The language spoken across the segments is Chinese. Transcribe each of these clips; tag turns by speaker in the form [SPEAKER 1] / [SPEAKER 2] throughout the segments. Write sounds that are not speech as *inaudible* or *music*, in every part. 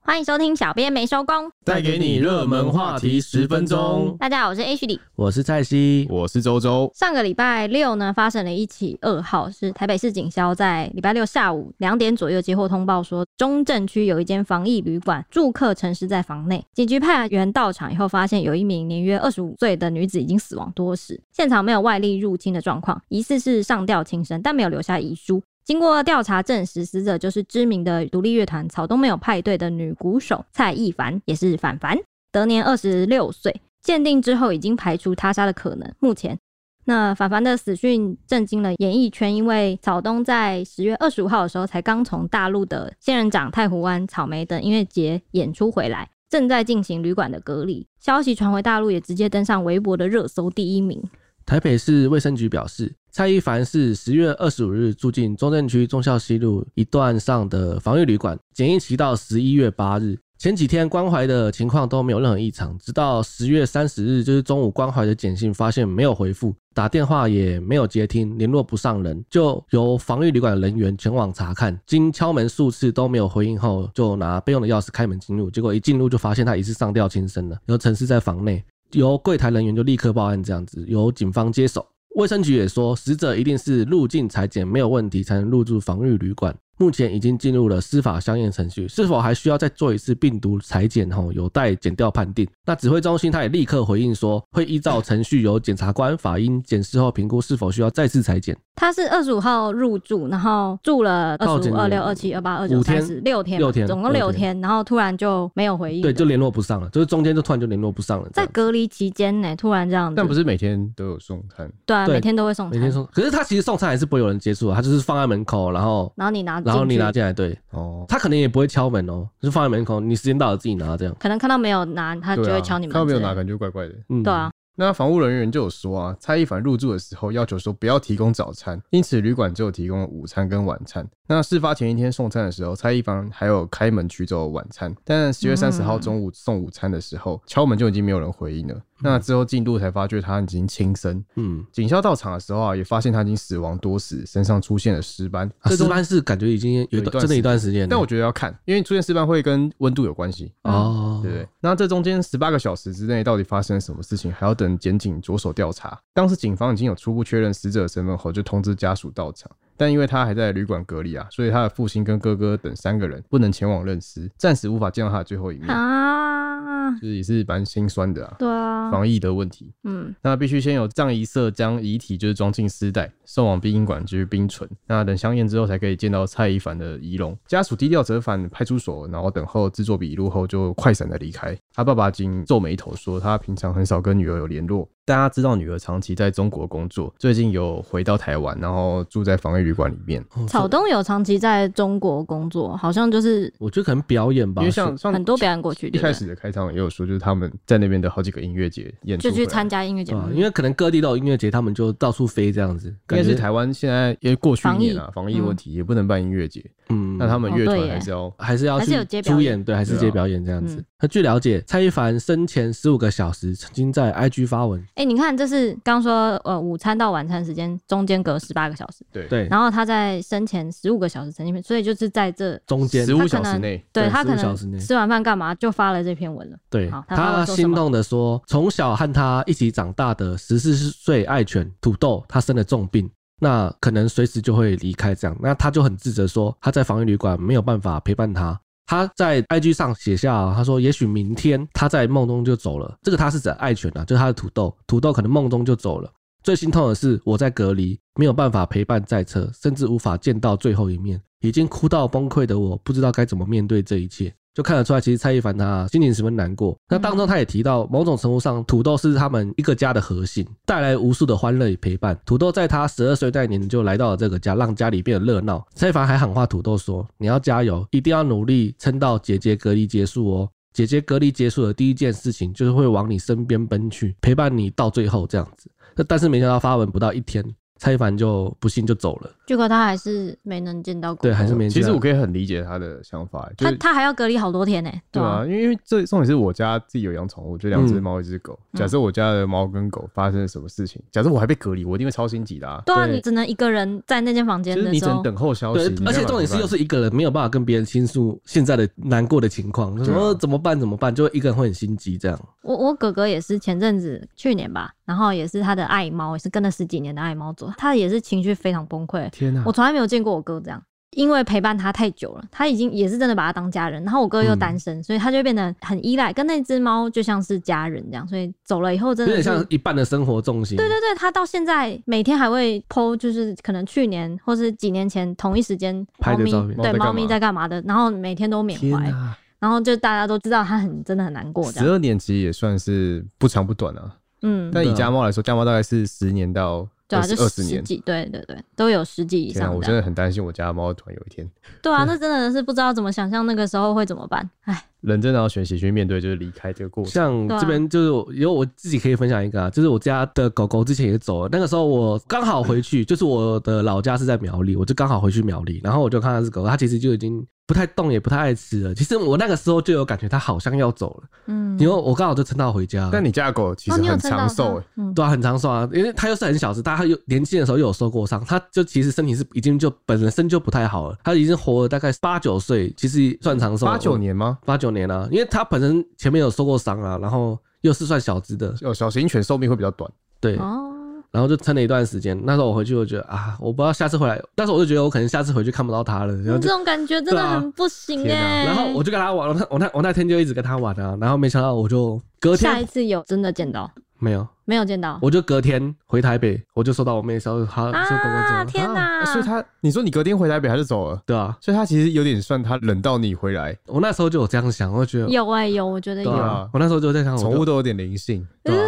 [SPEAKER 1] 欢迎收听《小编没收工》，
[SPEAKER 2] 带给你热门话题十分钟。
[SPEAKER 1] 大家好，我是 H 李。
[SPEAKER 3] 我是蔡西，
[SPEAKER 2] 我是周周，
[SPEAKER 1] 上个礼拜六呢，发生了一起噩耗，是台北市警消在礼拜六下午两点左右接获通报说，中正区有一间防疫旅馆住客沉尸在房内。警局派员到场以后，发现有一名年约二十五岁的女子已经死亡多时，现场没有外力入侵的状况，疑似是上吊轻生，但没有留下遗书。经过调查证实，死者就是知名的独立乐团草东没有派对的女鼓手蔡艺凡，也是凡凡，得年二十六岁。鉴定之后已经排除他杀的可能，目前那凡凡的死讯震惊了演艺圈，因为草东在十月二十五号的时候才刚从大陆的仙人掌、太湖湾、草莓等音乐节演出回来，正在进行旅馆的隔离。消息传回大陆，也直接登上微博的热搜第一名。
[SPEAKER 3] 台北市卫生局表示，蔡一凡是十月二十五日住进中正区忠孝西路一段上的防疫旅馆，检疫期到十一月八日。前几天关怀的情况都没有任何异常，直到十月三十日，就是中午关怀的简讯发现没有回复，打电话也没有接听，联络不上人，就由防疫旅馆人员前往查看。经敲门数次都没有回应后，就拿备用的钥匙开门进入，结果一进入就发现他疑似上吊轻生了，然后沉尸在房内。由柜台人员就立刻报案，这样子由警方接手。卫生局也说，死者一定是入境裁剪没有问题才能入住防疫旅馆。目前已经进入了司法相验程序，是否还需要再做一次病毒裁剪？吼，有待检调判定。那指挥中心他也立刻回应说，会依照程序由检察官、法医检视后评估是否需要再次裁剪。
[SPEAKER 1] 他是二十五号入住，然后住了二
[SPEAKER 3] 到
[SPEAKER 1] 十
[SPEAKER 3] 今
[SPEAKER 1] 五、
[SPEAKER 3] 年
[SPEAKER 1] 二六、二七、二八、二九、
[SPEAKER 3] 五
[SPEAKER 1] 三
[SPEAKER 3] 天
[SPEAKER 1] 十六天嘛，
[SPEAKER 3] 六天
[SPEAKER 1] 总共六
[SPEAKER 3] 六天
[SPEAKER 1] 天，然后突然就没有回应了。
[SPEAKER 3] 对，就联络不上了，就是中间就突然就联络不上了。这
[SPEAKER 1] 在
[SPEAKER 3] 样
[SPEAKER 1] 隔离期间呢，突然这样子，
[SPEAKER 2] 但不是每天都有送餐，
[SPEAKER 1] 对啊，
[SPEAKER 3] 对
[SPEAKER 1] 每天都会送
[SPEAKER 3] 每天
[SPEAKER 1] 餐，
[SPEAKER 3] 送，可是他其实送餐还是不会有人接触的，他就是放在门口，然后
[SPEAKER 1] 然后你拿进去，
[SPEAKER 3] 然后你拿进来，对
[SPEAKER 2] 哦，
[SPEAKER 3] 他可能也不会敲门哦，就放在门口，你时间到了自己拿这样。
[SPEAKER 1] 可能看到没有拿，他就
[SPEAKER 2] 对啊
[SPEAKER 1] 会敲你们。
[SPEAKER 2] 看到没有拿，感觉怪怪的。
[SPEAKER 3] 嗯
[SPEAKER 1] 对啊，，
[SPEAKER 2] 那防务人员就有说啊，蔡一凡入住的时候要求说不要提供早餐，因此旅馆只有提供了午餐跟晚餐。那事发前一天送餐的时候，蔡一凡还有开门取走晚餐，但十月三十号中午送午餐的时候，敲门就已经没有人回应了。那之后进度才发觉他已经轻生。
[SPEAKER 3] 嗯，
[SPEAKER 2] 警校到场的时候啊，也发现他已经死亡多时，身上出现了尸斑。
[SPEAKER 3] 啊
[SPEAKER 2] 这
[SPEAKER 3] 尸
[SPEAKER 2] 都
[SPEAKER 3] 斑是感觉已经有一
[SPEAKER 2] 有一
[SPEAKER 3] 段
[SPEAKER 2] 段
[SPEAKER 3] 真的一段时间了，
[SPEAKER 2] 但我觉得要看，因为出现尸斑会跟温度有关系，
[SPEAKER 3] 哦，
[SPEAKER 2] 对不对？那这中间十八个小时之内到底发生了什么事情，还要等检警着手调查。当时警方已经有初步确认死者的身份后，就通知家属到场。但因为他还在旅馆隔离啊，所以他的父亲跟哥哥等三个人不能前往认尸，暂时无法见到他的最后一面，
[SPEAKER 1] 啊，
[SPEAKER 2] 就是也是蛮心酸的啊。
[SPEAKER 1] 对啊，
[SPEAKER 2] 防疫的问题，
[SPEAKER 1] 嗯，
[SPEAKER 2] 那必须先有葬仪社将遗体就是装进尸袋，送往殡仪馆去冰存。那等香验之后，才可以见到蔡一凡的遗容。家属低调折返派出所，然后等候制作笔录后，就快闪的离开。他爸爸仅皱眉头说，他平常很少跟女儿有联络。大家知道女儿长期在中国工作，最近有回到台湾，然后住在防疫旅馆里面。
[SPEAKER 3] 哦
[SPEAKER 1] 草，东有长期在中国工作，好像就是
[SPEAKER 3] 这我觉得可能表演吧，
[SPEAKER 2] 因为像
[SPEAKER 3] 是
[SPEAKER 2] 像
[SPEAKER 1] 很多表演过去，
[SPEAKER 2] 嗯一
[SPEAKER 1] 对不
[SPEAKER 2] 开
[SPEAKER 1] 对
[SPEAKER 2] 始的开场也有说，就是他们在那边的好几个音乐节演出
[SPEAKER 1] 就
[SPEAKER 2] 回来，
[SPEAKER 1] 去参加音乐节
[SPEAKER 3] 对
[SPEAKER 1] 目
[SPEAKER 3] 啊，，因为可能各地都有音乐节，他们就到处飞这样子，
[SPEAKER 2] 应该
[SPEAKER 3] 感觉
[SPEAKER 2] 是台湾现在因为过去一年啊，防
[SPEAKER 1] 疫
[SPEAKER 2] 疫问题也不能办音乐节，
[SPEAKER 3] 嗯，
[SPEAKER 2] 那他们
[SPEAKER 1] 哦
[SPEAKER 2] 乐
[SPEAKER 1] 对
[SPEAKER 2] 团
[SPEAKER 1] 耶
[SPEAKER 2] 还是要
[SPEAKER 3] 还是要
[SPEAKER 1] 还是有接
[SPEAKER 3] 去
[SPEAKER 1] 表演
[SPEAKER 3] 出演，对，还是
[SPEAKER 2] 对
[SPEAKER 3] 接
[SPEAKER 2] 啊
[SPEAKER 3] 表演这样子
[SPEAKER 1] 嗯。
[SPEAKER 3] 那据了解，蔡一凡生前十五个小时曾经在 IG 发文，
[SPEAKER 1] 哎，你看，这是刚说呃午餐到晚餐时间中间隔十八个小时，
[SPEAKER 2] 对
[SPEAKER 3] 对，
[SPEAKER 1] 然后他在生前十五个小时曾经，所以就是在这。
[SPEAKER 3] 中间
[SPEAKER 2] 十五
[SPEAKER 1] 他可
[SPEAKER 2] 小时
[SPEAKER 1] 能
[SPEAKER 2] 内，
[SPEAKER 1] 对
[SPEAKER 3] 对
[SPEAKER 1] 他可
[SPEAKER 3] 15小时内
[SPEAKER 1] 能吃完饭干嘛就发了这篇文了，
[SPEAKER 3] 对
[SPEAKER 1] 好，他发
[SPEAKER 3] 他
[SPEAKER 1] 文说什么
[SPEAKER 3] 心动的说，从小和他一起长大的十四岁爱犬土豆，他生了重病，那可能随时就会离开这样，那他就很自责说他在防疫旅馆没有办法陪伴他。他在 IG 上写下，他说：“也许明天他在梦中就走了。”这个他是指爱犬啊，就是他的土豆，土豆可能梦中就走了。最心痛的是，我在隔离，没有办法陪伴在车，甚至无法见到最后一面。已经哭到崩溃的我，不知道该怎么面对这一切。就看得出来，其实蔡一凡他心情十分难过。那当中他也提到，某种程度上，土豆是他们一个家的核心，带来无数的欢乐与陪伴。土豆在他十二岁那年就来到了这个家，让家里变得热闹。蔡一凡还喊话土豆说：“你要加油，一定要努力撑到姐姐隔离结束哦。”姐姐隔离结束的第一件事情就是会往你身边奔去，陪伴你到最后这样子。那但是没想到发文不到一天，蔡一凡就不幸就走了。
[SPEAKER 1] 结果他还是没能见到狗
[SPEAKER 3] 对，
[SPEAKER 1] 狗，
[SPEAKER 3] 还是没见
[SPEAKER 2] 其
[SPEAKER 3] 到。
[SPEAKER 2] 实我可以很理解他的想法，就
[SPEAKER 1] 他
[SPEAKER 2] 是
[SPEAKER 1] 他还要隔离好多天呢、
[SPEAKER 2] 对
[SPEAKER 1] 啊
[SPEAKER 2] 啊，，因为因为这重点是我家自己有养宠物，就两只
[SPEAKER 3] 嗯
[SPEAKER 2] 猫一只狗。
[SPEAKER 1] 嗯
[SPEAKER 2] 假设我家的猫跟狗发生了什么事情，假设我还被隔离，我一定会超心急的、啊。
[SPEAKER 1] 对啊，
[SPEAKER 3] 对
[SPEAKER 1] 你只能一个人在那间房间
[SPEAKER 2] 就是
[SPEAKER 1] 的
[SPEAKER 2] 你
[SPEAKER 1] 时
[SPEAKER 2] 只能
[SPEAKER 1] 候，
[SPEAKER 2] 等候消
[SPEAKER 3] 对
[SPEAKER 2] 息，，
[SPEAKER 3] 而且重点是又是一个人，没有办法跟别人倾诉现在的难过的情况，就
[SPEAKER 2] 对啊
[SPEAKER 3] 说怎么办怎么办，就一个人会很心急这样。
[SPEAKER 1] 我我哥哥也是前阵子去年吧，然后也是他的爱猫，也是跟了十几年的爱猫走，他也是情绪非常崩溃。
[SPEAKER 2] 天哪
[SPEAKER 1] 我！从来没有见过我哥这样，因为陪伴他太久了，他已经也是真的把他当家人。然后我哥又单身，所以他就变得很依赖，跟那只猫就像是家人这样。所以走了以后，真
[SPEAKER 3] 有
[SPEAKER 1] 的
[SPEAKER 3] 点
[SPEAKER 1] 是
[SPEAKER 3] 像一半的生活重心。
[SPEAKER 1] 对对对，他到现在每天还会 PO，就是可能去年或是几年前同一时间
[SPEAKER 3] 拍的
[SPEAKER 1] 猫咪
[SPEAKER 3] 照片
[SPEAKER 2] 猫在
[SPEAKER 1] 对
[SPEAKER 2] 干嘛
[SPEAKER 1] 猫咪在干嘛的，然后每天都缅
[SPEAKER 2] 天
[SPEAKER 1] 怀，
[SPEAKER 2] 哪！
[SPEAKER 1] 然后就大家都知道他很真的很难过这
[SPEAKER 2] 十
[SPEAKER 1] 样。
[SPEAKER 2] 二年其实也算是不长不短啊。
[SPEAKER 1] 嗯，
[SPEAKER 2] 但
[SPEAKER 3] 对
[SPEAKER 2] 以
[SPEAKER 3] 啊
[SPEAKER 2] 家猫来说，家猫大概是十年到
[SPEAKER 1] 对啊，就
[SPEAKER 2] 二十
[SPEAKER 1] 十
[SPEAKER 2] 年。
[SPEAKER 1] 几，对对对，都有十几以
[SPEAKER 2] 天啊，
[SPEAKER 1] 上
[SPEAKER 2] 我
[SPEAKER 1] 这
[SPEAKER 2] 真
[SPEAKER 1] 样。
[SPEAKER 2] 的很担心我家的猫突然有一天
[SPEAKER 1] 对啊，那真的是不知道怎么想象那个时候会怎么办。哎，
[SPEAKER 2] 人真的要学习去面对，就是离开这个过程。
[SPEAKER 3] 像
[SPEAKER 1] 对啊
[SPEAKER 3] 这边就是我有我自己可以分享一个啊，就是我家的狗狗之前也走了，那个时候我刚好回去，就是我的老家是在苗栗，我就刚好回去苗栗，然后我就看到那只狗狗，它其实就已经不太动，也不太爱吃了。其实我那个时候就有感觉它好像要走了，
[SPEAKER 1] 嗯，
[SPEAKER 3] 因为我刚好就撑到回家。
[SPEAKER 2] 但你家的狗其
[SPEAKER 1] 哦，
[SPEAKER 2] 实
[SPEAKER 1] 你有
[SPEAKER 2] 很
[SPEAKER 1] 撑到
[SPEAKER 2] 长寿、
[SPEAKER 1] 它
[SPEAKER 2] 欸，
[SPEAKER 1] 嗯，
[SPEAKER 3] 对啊，很常受啊，因为它又是很小只，但它又年轻的时候又有受过伤，它就其实身体是已经就本身就不太好了，它已经活了大概八九岁，其实算长寿了，
[SPEAKER 2] 八九年吗？
[SPEAKER 3] 八九年啊，因为它本身前面有受过伤啊，然后又是算小只的，
[SPEAKER 2] 哦，小型犬寿命会比较短。
[SPEAKER 3] 对，
[SPEAKER 1] 哦，
[SPEAKER 3] 然后就撑了一段时间。那时候我回去，我觉得啊，我不知道下次回来，但是我就觉得我可能下次回去看不到它了，然后
[SPEAKER 1] 这
[SPEAKER 3] 就。
[SPEAKER 1] 种感觉真
[SPEAKER 3] 对
[SPEAKER 1] 的
[SPEAKER 3] 啊
[SPEAKER 1] 很不行
[SPEAKER 2] 天啊
[SPEAKER 1] 哎。
[SPEAKER 3] 然后我就跟它玩，我那我那我那天就一直跟它玩啊，然后没想到我就隔
[SPEAKER 1] 下一
[SPEAKER 3] 天
[SPEAKER 1] 次有真的见到，
[SPEAKER 3] 没有，
[SPEAKER 1] 没有见到
[SPEAKER 3] 我就隔天回台北，我就收到我妹说她说狗狗走
[SPEAKER 1] 啊！
[SPEAKER 3] 了，
[SPEAKER 1] 天哪
[SPEAKER 2] 啊！所以它，你说你隔天回台北还是走了？
[SPEAKER 3] 对啊，
[SPEAKER 2] 所以它其实有点算它冷到你回来，
[SPEAKER 3] 我那时候就有这样想，我就觉得
[SPEAKER 1] 有哎、有，我觉得
[SPEAKER 3] 对
[SPEAKER 1] 有。
[SPEAKER 3] 啊，我那时候就在想，
[SPEAKER 1] 嗯
[SPEAKER 3] 我就
[SPEAKER 2] 宠物都有点灵性。
[SPEAKER 3] 对啊，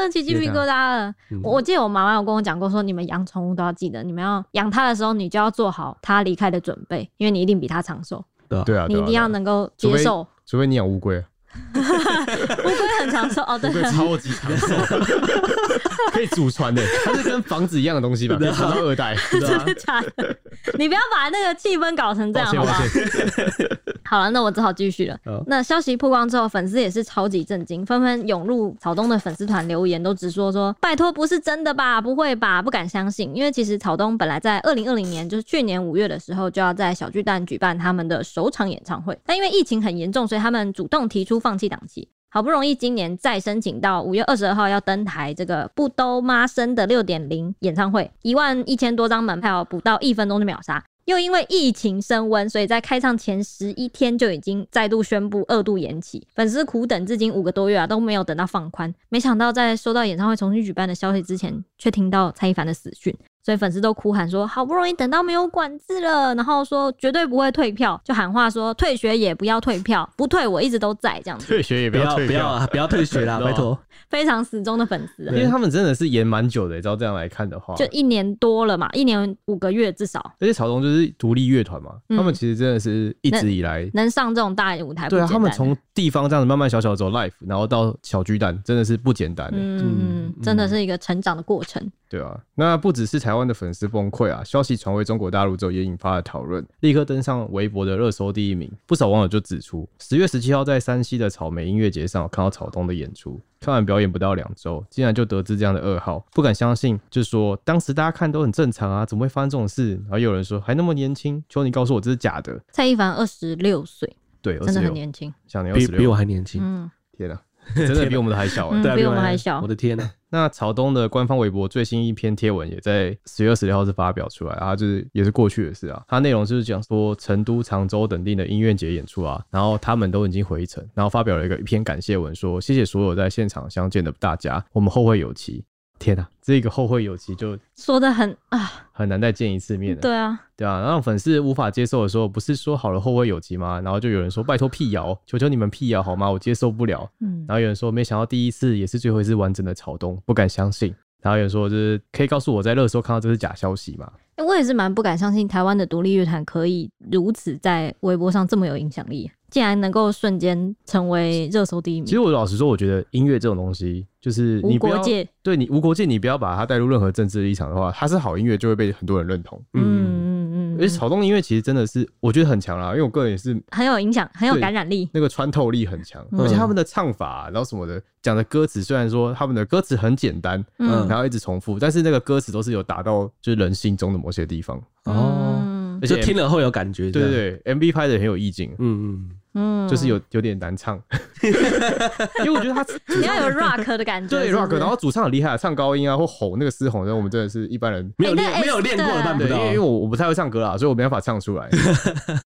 [SPEAKER 1] 呃，起鸡皮疙瘩了。
[SPEAKER 3] 嗯
[SPEAKER 1] 我我记得我妈妈有跟我讲过，说你们养宠物都要记得，你们要养它的时候，你就要做好它离开的准备，因为你一定比它长寿，
[SPEAKER 3] 对啊，
[SPEAKER 2] 对啊，
[SPEAKER 1] 哦你
[SPEAKER 2] 对
[SPEAKER 1] 一
[SPEAKER 2] 啊
[SPEAKER 1] 定要，
[SPEAKER 2] 对啊
[SPEAKER 1] 能够
[SPEAKER 2] 除
[SPEAKER 1] 接
[SPEAKER 2] 非
[SPEAKER 1] 受。 *laughs*
[SPEAKER 2] 除非你养乌龟啊，
[SPEAKER 1] 乌龟很长寿哦，对，
[SPEAKER 2] 超级长寿，可以祖传的，欸它是跟房子一样的东西吧，可以传到
[SPEAKER 1] *laughs*
[SPEAKER 2] 二代。
[SPEAKER 3] 对啊
[SPEAKER 1] 假啊的你不要把那个气氛搞成这样，
[SPEAKER 2] 抱歉
[SPEAKER 1] 好不好
[SPEAKER 2] 啊抱？歉，
[SPEAKER 1] *laughs* 好了，那我只好继续了。
[SPEAKER 3] 嗯
[SPEAKER 1] 那消息曝光之后，粉丝也是超级震惊，纷纷涌入草东的粉丝团留言，都直说说：“拜托，不是真的吧？不会吧？不敢相信！”因为其实草东本来在二零二零年，就是去年五月的时候，就要在小巨蛋举办他们的首场演唱会，但因为疫情很严重，所以他们主动提出放弃档期。好不容易今年再申请到五月二十二号要登台这个不兜妈生的六点零演唱会，一万一千多张门票不到一分钟就秒杀。又因为疫情升温，所以在开唱前十一天就已经再度宣布二度延期。粉丝苦等至今五个多月啊，都没有等到放宽。没想到在收到演唱会重新举办的消息之前，却听到蔡依凡的死讯。所以粉丝都哭喊说：“好不容易等到没有管制了，然后说绝对不会退票，就喊话说退学也不要退票，不退我一直都在这样子。”
[SPEAKER 2] 退学也
[SPEAKER 3] 不要
[SPEAKER 2] 退
[SPEAKER 3] 不要
[SPEAKER 2] 票，
[SPEAKER 3] 啊，不要退学
[SPEAKER 2] *laughs*
[SPEAKER 3] 啦，
[SPEAKER 2] 对啊
[SPEAKER 3] 拜托，
[SPEAKER 1] 非常死忠的粉丝、啊
[SPEAKER 2] 因，为他们真的是演蛮久的，欸照这样来看的话，
[SPEAKER 1] 就一年多了嘛，一年五个月至少
[SPEAKER 2] 而且草东就是独立乐团嘛，
[SPEAKER 1] 嗯
[SPEAKER 2] 他们其实真的是一直以来，
[SPEAKER 1] 能上这种大舞台不
[SPEAKER 2] 对
[SPEAKER 1] 简
[SPEAKER 2] 啊，
[SPEAKER 1] 单。
[SPEAKER 2] 他们从地方这样子慢慢小小走 life，然后到小巨蛋，真的是不简单欸、
[SPEAKER 1] 嗯
[SPEAKER 3] 嗯，
[SPEAKER 1] 真的是一个成长的过程。
[SPEAKER 2] 对啊，那不只是台湾的粉丝崩溃啊，消息传回中国大陆之后也引发了讨论，立刻登上微博的热搜第一名。不少网友就指出，十月十七号在山西的草莓音乐节上有看到草东的演出，看完表演不到两周，竟然就得知这样的噩耗，不敢相信，就说当时大家看都很正常啊，怎么会发生这种事？然后又有人说还那么年轻，求你告诉我这是假的。
[SPEAKER 1] 蔡一凡二十六岁，
[SPEAKER 2] 对，二
[SPEAKER 1] 真
[SPEAKER 2] 十
[SPEAKER 1] 的很
[SPEAKER 2] 六，
[SPEAKER 1] 年轻。
[SPEAKER 2] 想年二
[SPEAKER 3] 比
[SPEAKER 2] 十
[SPEAKER 3] 比我
[SPEAKER 2] 六，
[SPEAKER 3] 还年轻，
[SPEAKER 1] 嗯，
[SPEAKER 2] 天啊，真的比我们的还小哎、
[SPEAKER 1] 嗯
[SPEAKER 3] 对啊，
[SPEAKER 1] 比我
[SPEAKER 3] 我
[SPEAKER 1] 们还
[SPEAKER 3] 还
[SPEAKER 1] 小
[SPEAKER 3] 我的天啊呐，
[SPEAKER 2] 那朝东的官方微博最新一篇贴文也在十月二十六号是发表出来，啊，就是也是过去的事啊。它内容就是讲说成都、常州等地的音乐节演出啊，然后他们都已经回城，然后发表了一个一篇感谢文说，谢谢所有在现场相见的大家，我们后会有期。天啊，这个后会有期就
[SPEAKER 1] 说的很啊，
[SPEAKER 2] 很难再见一次面了。
[SPEAKER 1] 对啊，
[SPEAKER 2] 对啊，让粉丝无法接受的时候，不是说好了后会有期吗？然后就有人说拜托辟谣，求求你们辟谣好吗？我接受不了。
[SPEAKER 1] 嗯，
[SPEAKER 2] 然后有人说，没想到第一次也是最后一次完整的草东，不敢相信。然后有人说，就是可以告诉我在热搜看到这是假消息嘛？
[SPEAKER 1] 欸我也是蛮不敢相信台湾的独立乐团可以如此在微博上这么有影响力，竟然能够瞬间成为热搜第一
[SPEAKER 2] 其实
[SPEAKER 1] 名，
[SPEAKER 2] 我老实说，我觉得音乐这种东西，就是你
[SPEAKER 1] 无
[SPEAKER 2] 不
[SPEAKER 1] 国
[SPEAKER 2] 要
[SPEAKER 1] 界。
[SPEAKER 2] 对你无国界，你不要把它带入任何政治立场的话，它是好音乐就会被很多人认同。
[SPEAKER 3] 嗯，
[SPEAKER 1] 嗯嗯嗯
[SPEAKER 2] 而且
[SPEAKER 1] 嗯，
[SPEAKER 2] 草动音乐其实真的是我觉得很强啦，因为我个人也是
[SPEAKER 1] 很有影响，很有
[SPEAKER 2] 对
[SPEAKER 1] 感染力。
[SPEAKER 2] 那个穿透力很强，
[SPEAKER 1] 嗯
[SPEAKER 2] 而且他们的唱法、啊然后什么的讲的歌词，虽然说他们的歌词很简单，
[SPEAKER 1] 嗯
[SPEAKER 2] 然后一直重复，但是那个歌词都是有打到就是人心中的某些地方。
[SPEAKER 3] 哦，
[SPEAKER 1] 嗯
[SPEAKER 2] 而
[SPEAKER 3] 就
[SPEAKER 2] 且
[SPEAKER 3] 听了会有感觉，
[SPEAKER 2] 对对对，MV 拍的很有意境，
[SPEAKER 3] 嗯，嗯
[SPEAKER 1] 嗯
[SPEAKER 2] 就是有有点难唱， *laughs* 因为我觉 *laughs* 得他主
[SPEAKER 1] 你要有 rock 的感觉，
[SPEAKER 2] 对
[SPEAKER 1] 是不是
[SPEAKER 2] rock，然后主唱很厉害，唱高音啊或吼那个嘶吼，然后我们真的是一般人。
[SPEAKER 3] 没有
[SPEAKER 1] 哎
[SPEAKER 3] 练
[SPEAKER 1] 但
[SPEAKER 3] 没有练过的办不
[SPEAKER 2] 嗯对，因啊
[SPEAKER 3] 到
[SPEAKER 2] 为因为我我不太会唱歌啦，所以我没办法唱出来。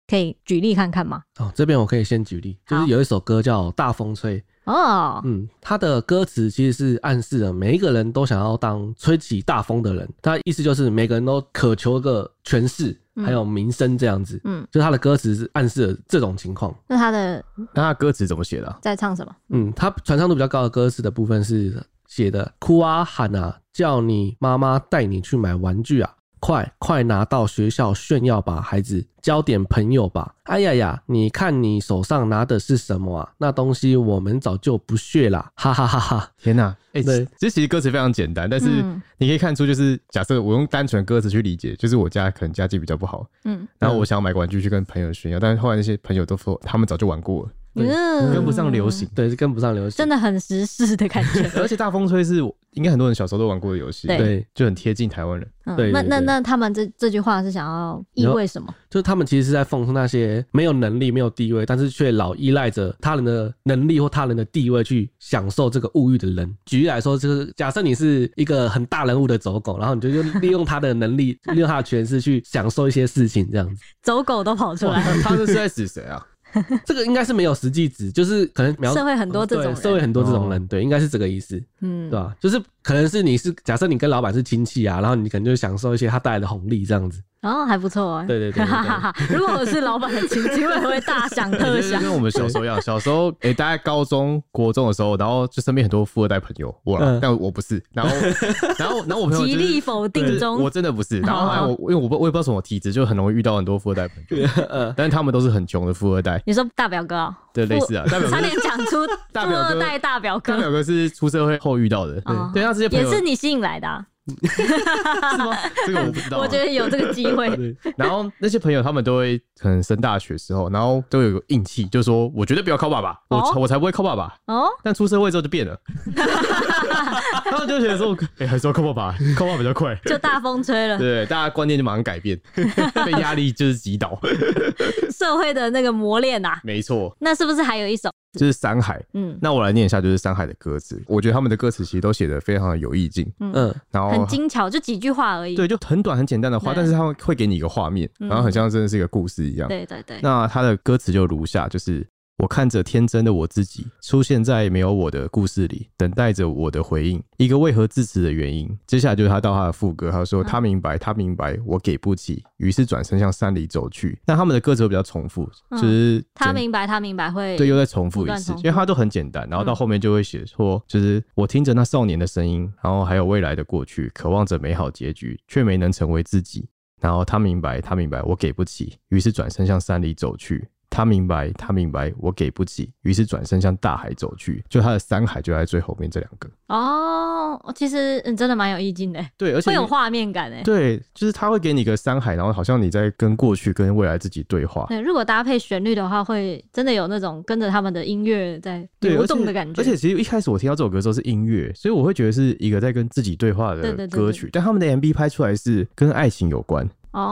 [SPEAKER 1] 可以举例看看吗？
[SPEAKER 3] 哦，这边我可以先举例，就是
[SPEAKER 1] 好
[SPEAKER 3] 有一首歌叫《大风吹》，
[SPEAKER 1] 哦，
[SPEAKER 3] 嗯，它的歌词其实是暗示了每一个人都想要当吹起大风的人，它意思就是每个人都渴求个权势
[SPEAKER 1] 嗯
[SPEAKER 3] 还有名声这样子，
[SPEAKER 1] 嗯，
[SPEAKER 3] 就是它的歌词是暗示了这种情况。
[SPEAKER 1] 那他的
[SPEAKER 2] *laughs* 那他歌词怎么写的啊、
[SPEAKER 1] 在唱什么？
[SPEAKER 3] 嗯，它传唱度比较高的歌词的部分是写的哭啊喊啊，叫你妈妈带你去买玩具啊，快快拿到学校炫耀吧，孩子，交点朋友吧。哎呀呀，你看你手上拿的是什么啊？那东西我们早就不屑啦，哈哈哈哈。
[SPEAKER 2] 天呐，哎、
[SPEAKER 3] 对
[SPEAKER 2] 其实其实歌词非常简单，但是
[SPEAKER 1] 嗯
[SPEAKER 2] 你可以看出，就是假设我用单纯歌词去理解，就是我家可能家境比较不好，
[SPEAKER 1] 嗯，
[SPEAKER 2] 然后我想要买个玩具去跟朋友炫耀，但是后来那些朋友都说他们早就玩过了，
[SPEAKER 3] 对
[SPEAKER 1] 嗯
[SPEAKER 2] 跟不上流，行。
[SPEAKER 3] 对，是跟不上流行，
[SPEAKER 1] 真
[SPEAKER 3] 的
[SPEAKER 1] 的很时事的感觉。
[SPEAKER 2] 而且大风吹是我应该很多人小时候都玩过的游戏，
[SPEAKER 1] 对
[SPEAKER 3] 对，
[SPEAKER 2] 就很贴近台湾 *laughs* 人。
[SPEAKER 1] 嗯
[SPEAKER 3] 对
[SPEAKER 1] 那
[SPEAKER 3] 对
[SPEAKER 1] 那
[SPEAKER 3] 对
[SPEAKER 1] 那他们这这句话是想要意味什么？
[SPEAKER 3] 就是他们其实是在讽刺那些没有能力、没有地位，但是却老依赖着他人的能力或他人的地位去享受这个物欲的人。举例来说，就是假设你是一个很大人物的走狗，然后你就用利用他的能力、利用他的权势去享受一些事情，这样子。
[SPEAKER 1] 走狗都跑出
[SPEAKER 2] 哇，
[SPEAKER 1] 来，
[SPEAKER 2] 他他这是在指谁啊？
[SPEAKER 3] 这个应该是没有实际值，就是可能描
[SPEAKER 1] 社会很多这种
[SPEAKER 3] 对社会
[SPEAKER 1] 人，
[SPEAKER 3] 很多这种人，对，应该是这个意思，
[SPEAKER 1] 嗯
[SPEAKER 3] 对，吧？就是可能是你是假设你跟老板是亲戚啊，然后你可能就享受一些他带来的红利这样子。
[SPEAKER 1] 然后还不错啊。
[SPEAKER 3] 对对对对对
[SPEAKER 1] *laughs* 如果我是老板的亲戚，我也会大想
[SPEAKER 2] 我觉
[SPEAKER 1] 特
[SPEAKER 2] 得就
[SPEAKER 1] 想。
[SPEAKER 2] 跟我们小时候一样，小时候诶、大概高中国中的时候，然后就身边很多富二代朋友，我啦，
[SPEAKER 3] 嗯
[SPEAKER 2] 但我不是。
[SPEAKER 1] *laughs*
[SPEAKER 2] 然后然后然后我朋友、就是、
[SPEAKER 1] 极力否定中
[SPEAKER 2] 对我真的不是。然后后来我因为我不我也不知道什么体质，就很容易遇到很多富二代朋友， *laughs* 但是他们都是很穷的富二代
[SPEAKER 1] 你说大表哥哦，
[SPEAKER 2] 对，类似啊，代表哥
[SPEAKER 1] 差点讲出
[SPEAKER 2] 大
[SPEAKER 1] 富
[SPEAKER 2] 表
[SPEAKER 1] 二
[SPEAKER 2] 哥
[SPEAKER 1] 代大表
[SPEAKER 2] 代
[SPEAKER 1] 哥，
[SPEAKER 2] 表哥是出社会后遇到的，
[SPEAKER 1] 哦
[SPEAKER 2] 对，对，那这些朋
[SPEAKER 1] 也
[SPEAKER 2] 友
[SPEAKER 1] 是你吸引来的啊。
[SPEAKER 2] 是吗？这个我不知道啊。
[SPEAKER 1] 我觉得有这个机会，
[SPEAKER 2] 然后那些朋友他们都会可能升大学时候，然后都有个硬气，就说我绝对不要靠爸爸，我、
[SPEAKER 1] 哦
[SPEAKER 2] 我才不会靠爸爸。
[SPEAKER 1] 哦，
[SPEAKER 2] 但出社会之后就变了，
[SPEAKER 1] *laughs*
[SPEAKER 2] 他们就觉得说，哎、还是要靠爸 *laughs* 爸，靠爸爸比较快。
[SPEAKER 1] 就大风吹了，
[SPEAKER 2] 对，大家观念就马上改 *laughs* 变，被压力就是击倒。
[SPEAKER 1] 社会的那个磨练呐。
[SPEAKER 2] 没错，
[SPEAKER 1] 那是不是还有一首？
[SPEAKER 2] 就是山海。
[SPEAKER 1] 嗯，
[SPEAKER 2] 那我来念一下，就是山海的歌词。我觉得他们的歌词其实都写的非常的有意境，
[SPEAKER 3] 嗯，
[SPEAKER 2] 然后
[SPEAKER 1] 很精巧，就几句话而已。
[SPEAKER 2] 哦对，就很短很简单的话，
[SPEAKER 1] 对
[SPEAKER 2] 但是他们会给你一个画面，
[SPEAKER 1] 嗯
[SPEAKER 2] 然后很像真的是一个故事一样。
[SPEAKER 1] 对对对，
[SPEAKER 2] 那他的歌词就如下：就是我看着天真的我自己出现在没有我的故事里，等待着我的回应，一个为何自持的原因。接下来就是他到他的副歌，他
[SPEAKER 1] 嗯
[SPEAKER 2] 说他明白，他明白，我给不起，于是转身向山里走去。那他们的歌词都比较重复，
[SPEAKER 1] 嗯
[SPEAKER 2] 就是
[SPEAKER 1] 他
[SPEAKER 2] 整
[SPEAKER 1] 明白，他明白会
[SPEAKER 2] 对，又再重复
[SPEAKER 1] 不
[SPEAKER 2] 一
[SPEAKER 1] 断
[SPEAKER 2] 次
[SPEAKER 1] 重，复嗯
[SPEAKER 2] 因为它都很简单，然后到后面就会写说，就是我听着那少年的声音，然后还有未来的过去，渴望着美好结局，却没能成为自己。然后他明白，他明白我给不起，于是转身向山里走去。他明白，他明白我给不起，于是转身向大海走去。就他的山海就在最后面这两个，
[SPEAKER 1] 哦，其实嗯，真的蛮有意境的，
[SPEAKER 2] 对，而且
[SPEAKER 1] 会有画面感欸诶。
[SPEAKER 2] 对，就是他会给你一个山海，然后好像你在跟过去、跟未来自己对话。
[SPEAKER 1] 对，如果搭配旋律的话，会真的有那种跟着他们的音乐在
[SPEAKER 2] 对，
[SPEAKER 1] 流
[SPEAKER 2] 而
[SPEAKER 1] 动
[SPEAKER 2] 且
[SPEAKER 1] 的感觉。
[SPEAKER 2] 而且其实一开始我听到这首歌的时候是音乐，所以我会觉得是一个在跟自己对话
[SPEAKER 1] 对对
[SPEAKER 2] 的
[SPEAKER 1] 对
[SPEAKER 2] 歌
[SPEAKER 1] 对
[SPEAKER 2] 曲，但他们的 MV 拍出来是跟爱情有关。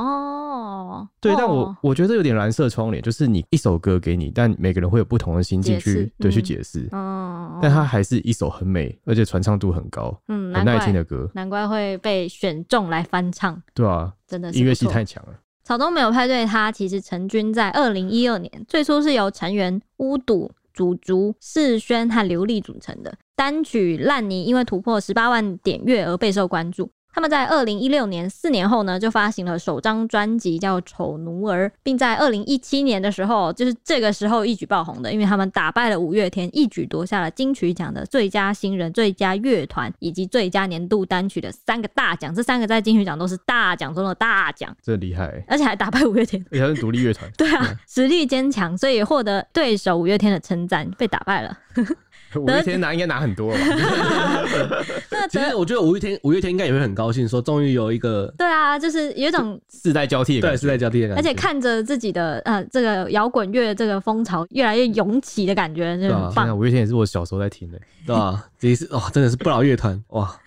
[SPEAKER 1] 哦，
[SPEAKER 2] 对，
[SPEAKER 1] 哦
[SPEAKER 2] 但我我觉得有点蓝色窗帘，就是你一首歌给你，但每个人会有不同的心境
[SPEAKER 1] 解
[SPEAKER 2] 去
[SPEAKER 1] 释
[SPEAKER 2] 对去
[SPEAKER 1] 嗯
[SPEAKER 2] 解释，
[SPEAKER 1] 嗯，
[SPEAKER 2] 但它还是一首很美，而且传唱度很高、
[SPEAKER 1] 嗯，难
[SPEAKER 2] 很耐
[SPEAKER 1] 怪
[SPEAKER 2] 听的歌，
[SPEAKER 1] 难怪会被选中来翻唱，
[SPEAKER 2] 对啊，
[SPEAKER 1] 真的是
[SPEAKER 2] 音乐
[SPEAKER 1] 不
[SPEAKER 2] 性
[SPEAKER 1] 错
[SPEAKER 2] 太强了。
[SPEAKER 1] 草东没有派对他，其实成军在二零一二年最初是由成员乌笃、祖竹、世轩和刘丽组成的。单曲《烂泥》因为突破十八万点阅而备受关注，他们在二零一六年四年后呢，就发行了首张专辑叫《丑奴儿》，并在二零一七年的时候，就是这个时候一举爆红的，因为他们打败了五月天，一举夺下了金曲奖的最佳新人、最佳乐团以及最佳年度单曲的三个大奖。这三个在金曲奖都是大奖中的大奖，
[SPEAKER 2] 真厉害、欸，
[SPEAKER 1] 而且还打败五月天。，
[SPEAKER 2] 而且他是独立乐团
[SPEAKER 1] *laughs* 对啊，实力坚强，所以获得对手五月天的称赞，被打败了。
[SPEAKER 2] 五月天拿应该拿很多吧？
[SPEAKER 1] *laughs* 那
[SPEAKER 3] 其
[SPEAKER 1] 得
[SPEAKER 3] 实我觉得五月天，五月天应该也会很高兴，说终于有一个
[SPEAKER 1] 对啊，就是有一种
[SPEAKER 2] 世代交替的
[SPEAKER 3] 对
[SPEAKER 2] 感
[SPEAKER 3] 世
[SPEAKER 2] 觉，
[SPEAKER 3] 代交替的感
[SPEAKER 1] 而
[SPEAKER 3] 觉，
[SPEAKER 1] 且看着自己的呃这个摇滚乐这个风潮越来越涌起的感觉，就
[SPEAKER 3] 啊
[SPEAKER 1] 很 *laughs*
[SPEAKER 2] 天
[SPEAKER 1] 棒。
[SPEAKER 2] 啊，五月天也是我小时候在听的、
[SPEAKER 3] 对吧？这一次哇，真的是不老乐团哇，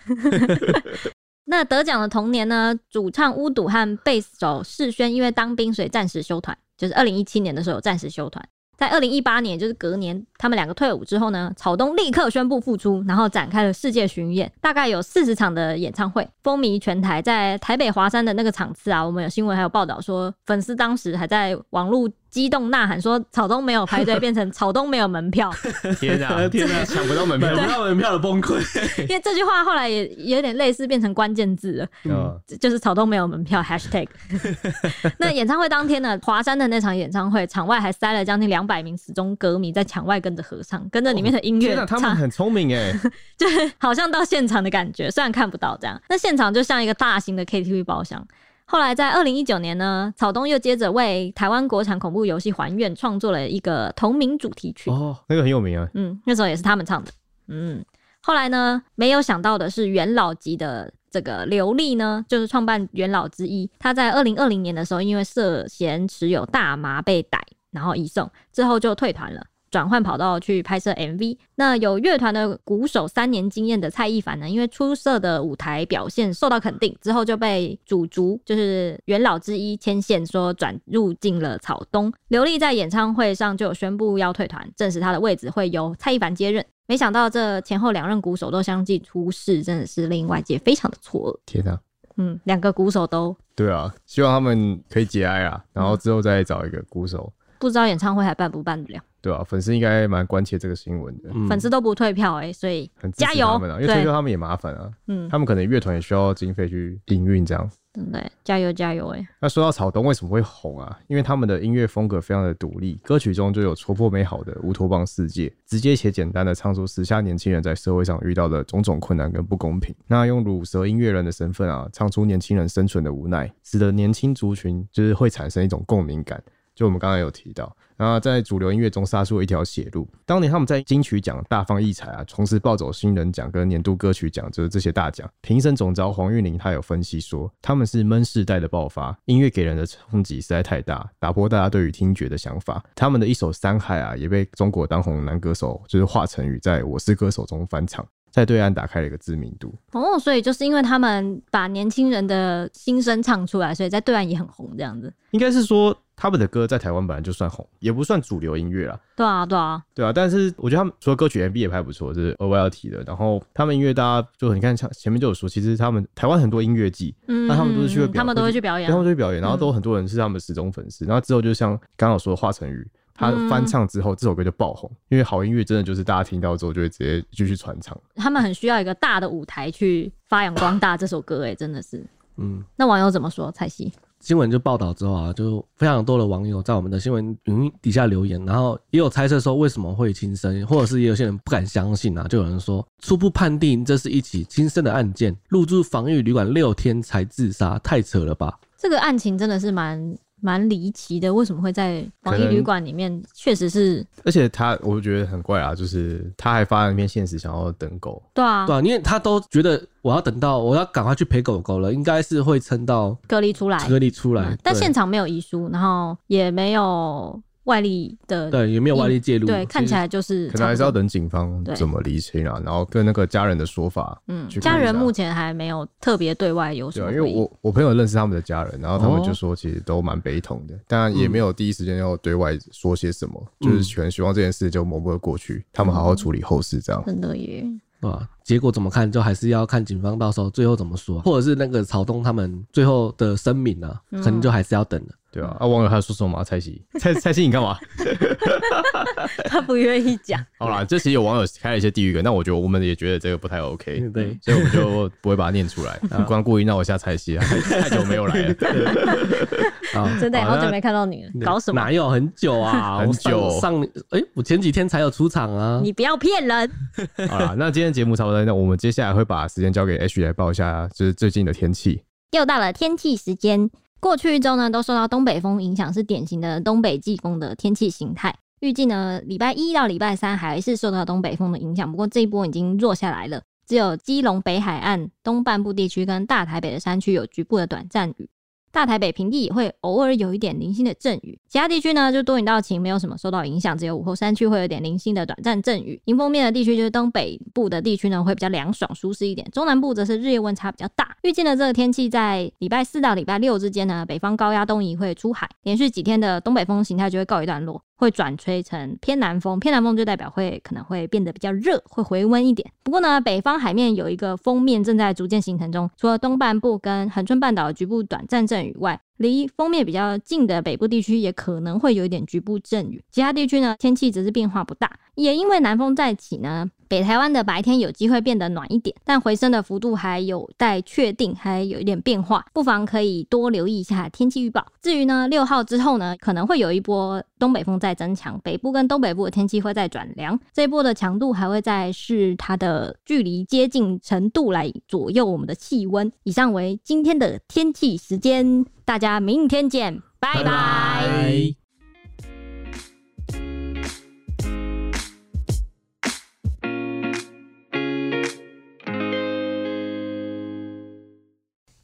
[SPEAKER 1] 那得奖的同年呢，主唱巫笃和贝斯手世轩因为当兵，所以暂时休团，就是二零一七年的时候暂时休团。在二零一八年，就是隔年，他们两个退伍之后呢，草东立刻宣布复出，然后展开了世界巡演，大概有四十场的演唱会，风靡全台。在台北华山的那个场次啊，我们有新闻还有报道说，粉丝当时还在网络激动呐喊说，草东没有排队，变成草东没有门票。
[SPEAKER 2] 天啊，
[SPEAKER 3] 天啊
[SPEAKER 2] 抢不到门
[SPEAKER 3] 买
[SPEAKER 2] 票
[SPEAKER 3] 不，到 *laughs* 门票的崩溃，
[SPEAKER 1] 因为这句话后来也也有点类似变成关键字了，
[SPEAKER 2] 嗯
[SPEAKER 1] 就就是草东没有门票
[SPEAKER 2] *laughs*
[SPEAKER 1] #hashtag。那演唱会当天呢，华山的那场演唱会，场外还塞了将近两百名死忠歌迷在场外跟着合唱，跟着里面的音乐
[SPEAKER 2] 天啊，他
[SPEAKER 1] 唱，
[SPEAKER 2] 们很聪明哎、
[SPEAKER 1] 就是 *laughs* 好像到现场的感觉，虽然看不到这样。那现场就像一个大型的 KTV 包厢。后来在二零一九年呢，草东又接着为台湾国产恐怖游戏还愿创作了一个同名主题曲。
[SPEAKER 2] 哦，那个很有名啊，
[SPEAKER 1] 嗯，那时候也是他们唱的。嗯，后来呢，没有想到的是，元老级的这个刘丽呢，就是创办元老之一，他在二零二零年的时候，因为涉嫌持有大麻被逮，然后移送之后就退团了。转换跑道去拍摄 MV，那有乐团的鼓手三年经验的蔡一凡呢，因为出色的舞台表现受到肯定，之后就被主竹就是元老之一牵线，说转入进了草东。刘丽在演唱会上就有宣布要退团，证实她的位置会由蔡一凡接任。没想到这前后两任鼓手都相继出事，真的是令外界非常的错愕。
[SPEAKER 2] 天啊，
[SPEAKER 1] 嗯，两个鼓手都
[SPEAKER 2] 对啊，希望他们可以节哀啊，然后之后再找一个鼓手，
[SPEAKER 1] 不知道演唱会还办不办得了，
[SPEAKER 2] 对啊，粉丝应该蛮关切这个新闻的，
[SPEAKER 3] 嗯
[SPEAKER 1] 粉丝都不退票哎、所以
[SPEAKER 2] 很支持
[SPEAKER 1] 加油
[SPEAKER 2] 他们啊，，因为退
[SPEAKER 1] 对
[SPEAKER 2] 休，他们也麻烦啊，
[SPEAKER 1] 嗯，
[SPEAKER 2] 他们可能乐团也需要经费去营运这样。
[SPEAKER 1] 真的欸加油加油哎、
[SPEAKER 2] 那说到草东为什么会红啊？因为他们的音乐风格非常的独立，歌曲中就有戳破美好的乌托邦世界，直接且简单的唱出时下年轻人在社会上遇到的种种困难跟不公平。那用乳蛇音乐人的身份啊，唱出年轻人生存的无奈，使得年轻族群就是会产生一种共鸣感。就我们刚才有提到，那在主流音乐中杀出了一条血路。当年他们在金曲奖大放异彩啊，同时暴走新人奖跟年度歌曲奖，就是这些大奖。评审总召黄韵玲她有分析说，他们是闷世代的爆发，音乐给人的冲击实在太大，打破大家对于听觉的想法。他们的一首《山海》啊，也被中国当红男歌手就是华晨宇在《我是歌手》中翻唱，在对岸打开了一个知名度。
[SPEAKER 1] 哦，所以就是因为他们把年轻人的心声唱出来，所以在对岸也很红，这样子。
[SPEAKER 2] 应该是说他们的歌在台湾本来就算红，也不算主流音乐啦。
[SPEAKER 1] 对啊，对啊，
[SPEAKER 2] 对啊，但是我觉得他们除了歌曲 MV 也拍不错，这是额外要提的。然后他们音乐，大家就你看，像前面就有说，其实他们台湾很多音乐季，
[SPEAKER 1] 嗯，
[SPEAKER 2] 那他们都是去会
[SPEAKER 1] 嗯
[SPEAKER 2] 表
[SPEAKER 1] 他们都会去表演
[SPEAKER 2] 然后
[SPEAKER 1] 啊，
[SPEAKER 2] 就去表演，然后都有很多人是他们的死忠粉丝。然后之后就像刚刚有说的华晨宇，他翻唱之后，这首歌就爆红，因为好音乐真的就是大家听到之后就会直接继续传唱。
[SPEAKER 1] 他们很需要一个大的舞台去发扬光大这首歌，哎，真的是。
[SPEAKER 3] 嗯。
[SPEAKER 1] 那网友怎么说？蔡西，
[SPEAKER 3] 新闻就报道之后啊，就非常多的网友在我们的新闻云底下留言，然后也有猜测说为什么会轻生，或者是也有些人不敢相信啊，就有人说初步判定这是一起轻生的案件，入住防疫旅馆六天才自杀，太扯了吧？
[SPEAKER 1] 这个案情真的是蛮蛮离奇的，为什么会在防疫
[SPEAKER 2] 可能
[SPEAKER 1] 旅馆里面？确实是，
[SPEAKER 2] 而且他，我觉得很怪啊，就是他还发了一篇现实，想要等狗。
[SPEAKER 1] 对啊，
[SPEAKER 3] 对啊，因为他都觉得我要等到我要赶快去陪狗狗了，应该是会撑到
[SPEAKER 1] 隔离出来，
[SPEAKER 3] 隔离出来
[SPEAKER 1] 嗯，但
[SPEAKER 3] 对
[SPEAKER 1] 现场没有遗书，然后也没有外力的，
[SPEAKER 3] 对也没有外力
[SPEAKER 4] 嗯
[SPEAKER 3] 介入，
[SPEAKER 1] 对，看起
[SPEAKER 3] 来
[SPEAKER 1] 来就是
[SPEAKER 2] 可能还是
[SPEAKER 1] 差
[SPEAKER 2] 要
[SPEAKER 1] 不多
[SPEAKER 2] 等警方
[SPEAKER 1] 对
[SPEAKER 2] 怎么厘清啊，然后跟那个家人的说法，
[SPEAKER 1] 嗯，
[SPEAKER 2] 去
[SPEAKER 1] 家
[SPEAKER 2] 看一
[SPEAKER 1] 人
[SPEAKER 2] 下
[SPEAKER 1] 目前还没有特别对外有什
[SPEAKER 2] 对
[SPEAKER 1] 么
[SPEAKER 2] 啊，
[SPEAKER 1] 回
[SPEAKER 2] 因
[SPEAKER 1] 应。
[SPEAKER 2] 为我我朋友认识他们的家人，然后他们
[SPEAKER 3] 哦
[SPEAKER 2] 就说其实都蛮悲痛的，但也没有第一时间要对外说些什么，
[SPEAKER 3] 嗯
[SPEAKER 2] 就是全希望这件事就默默地过去，他们好好处理后事这样。
[SPEAKER 1] 真的耶，
[SPEAKER 3] 啊，结果怎么看就还是要看警方
[SPEAKER 4] 嗯
[SPEAKER 3] 到时候最后怎么说，或者是那个草东他们最后的声明啊，可能就还是要等的。
[SPEAKER 2] 对啊，啊，忘了他说什么吗？蔡西， *laughs* 蔡蔡西，你干嘛？
[SPEAKER 4] *laughs* 他不愿意
[SPEAKER 2] *laughs*
[SPEAKER 4] 讲。
[SPEAKER 2] 好啦，这其实有网友开了一些地狱梗，但我觉得我们也觉得这个不太 OK，
[SPEAKER 3] 对
[SPEAKER 2] 所以我们就不会把它念出来， *laughs* 不光故意闹一下蔡西啊，太久没有来了。
[SPEAKER 3] 啊，
[SPEAKER 4] 真的耶，
[SPEAKER 2] 好
[SPEAKER 4] 好久
[SPEAKER 2] 那
[SPEAKER 4] 没看到你了，搞什么
[SPEAKER 3] 哪？有很
[SPEAKER 2] *laughs*
[SPEAKER 3] 久啊？
[SPEAKER 2] 很
[SPEAKER 3] 我上
[SPEAKER 2] 久
[SPEAKER 3] 上哎、我前几天才有出场啊。
[SPEAKER 4] 你不要骗人！
[SPEAKER 2] 好啦，那今天节目差不多到这，那我们接下来会把时间交给 H 来报一下，就是最近的天气。
[SPEAKER 4] 又到了天气时间，过去一周呢都受到东北风影响，是典型的东北季风的天气形态。预计呢，礼拜一到礼拜三还是受到东北风的影响，不过这一波已经弱下来了。只有基隆北海岸东半部地区跟大台北的山区有局部的短暂雨，大台北平地也会偶尔有一点零星的阵雨，其他地区呢就多云到晴，没有什么受到影响，只有午后山区会有点零星的短暂阵雨。迎风面的地区就是东北部的地区呢会比较凉爽舒适一点，中南部则是日夜温差比较大。预计呢这个天气在礼拜四到礼拜六之间呢，北方高压东移会出海，连续几天的东北风形态就会告一段落，会转吹成偏南风，偏南风就代表会可能会变得比较热，会回温一点。不过呢，北方海面有一个锋面正在逐渐形成中，除了东半部跟恒春半岛的局部短暂阵雨外，离锋面比较近的北部地区也可能会有一点局部阵雨，其他地区呢天气只是变化不大。也因为南风再起呢，北台湾的白天有机会变得暖一点，但回升的幅度还有待确定，还有一点变化，不妨可以多留意一下天气预报。至于呢，六号之后呢，可能会有一波东北风再增强，北部跟东北部的天气会再转凉，这一波的强度还会再视它的距离接近程度来左右我们的气温。以上为今天的天气时间，大家明天见，拜拜
[SPEAKER 3] 拜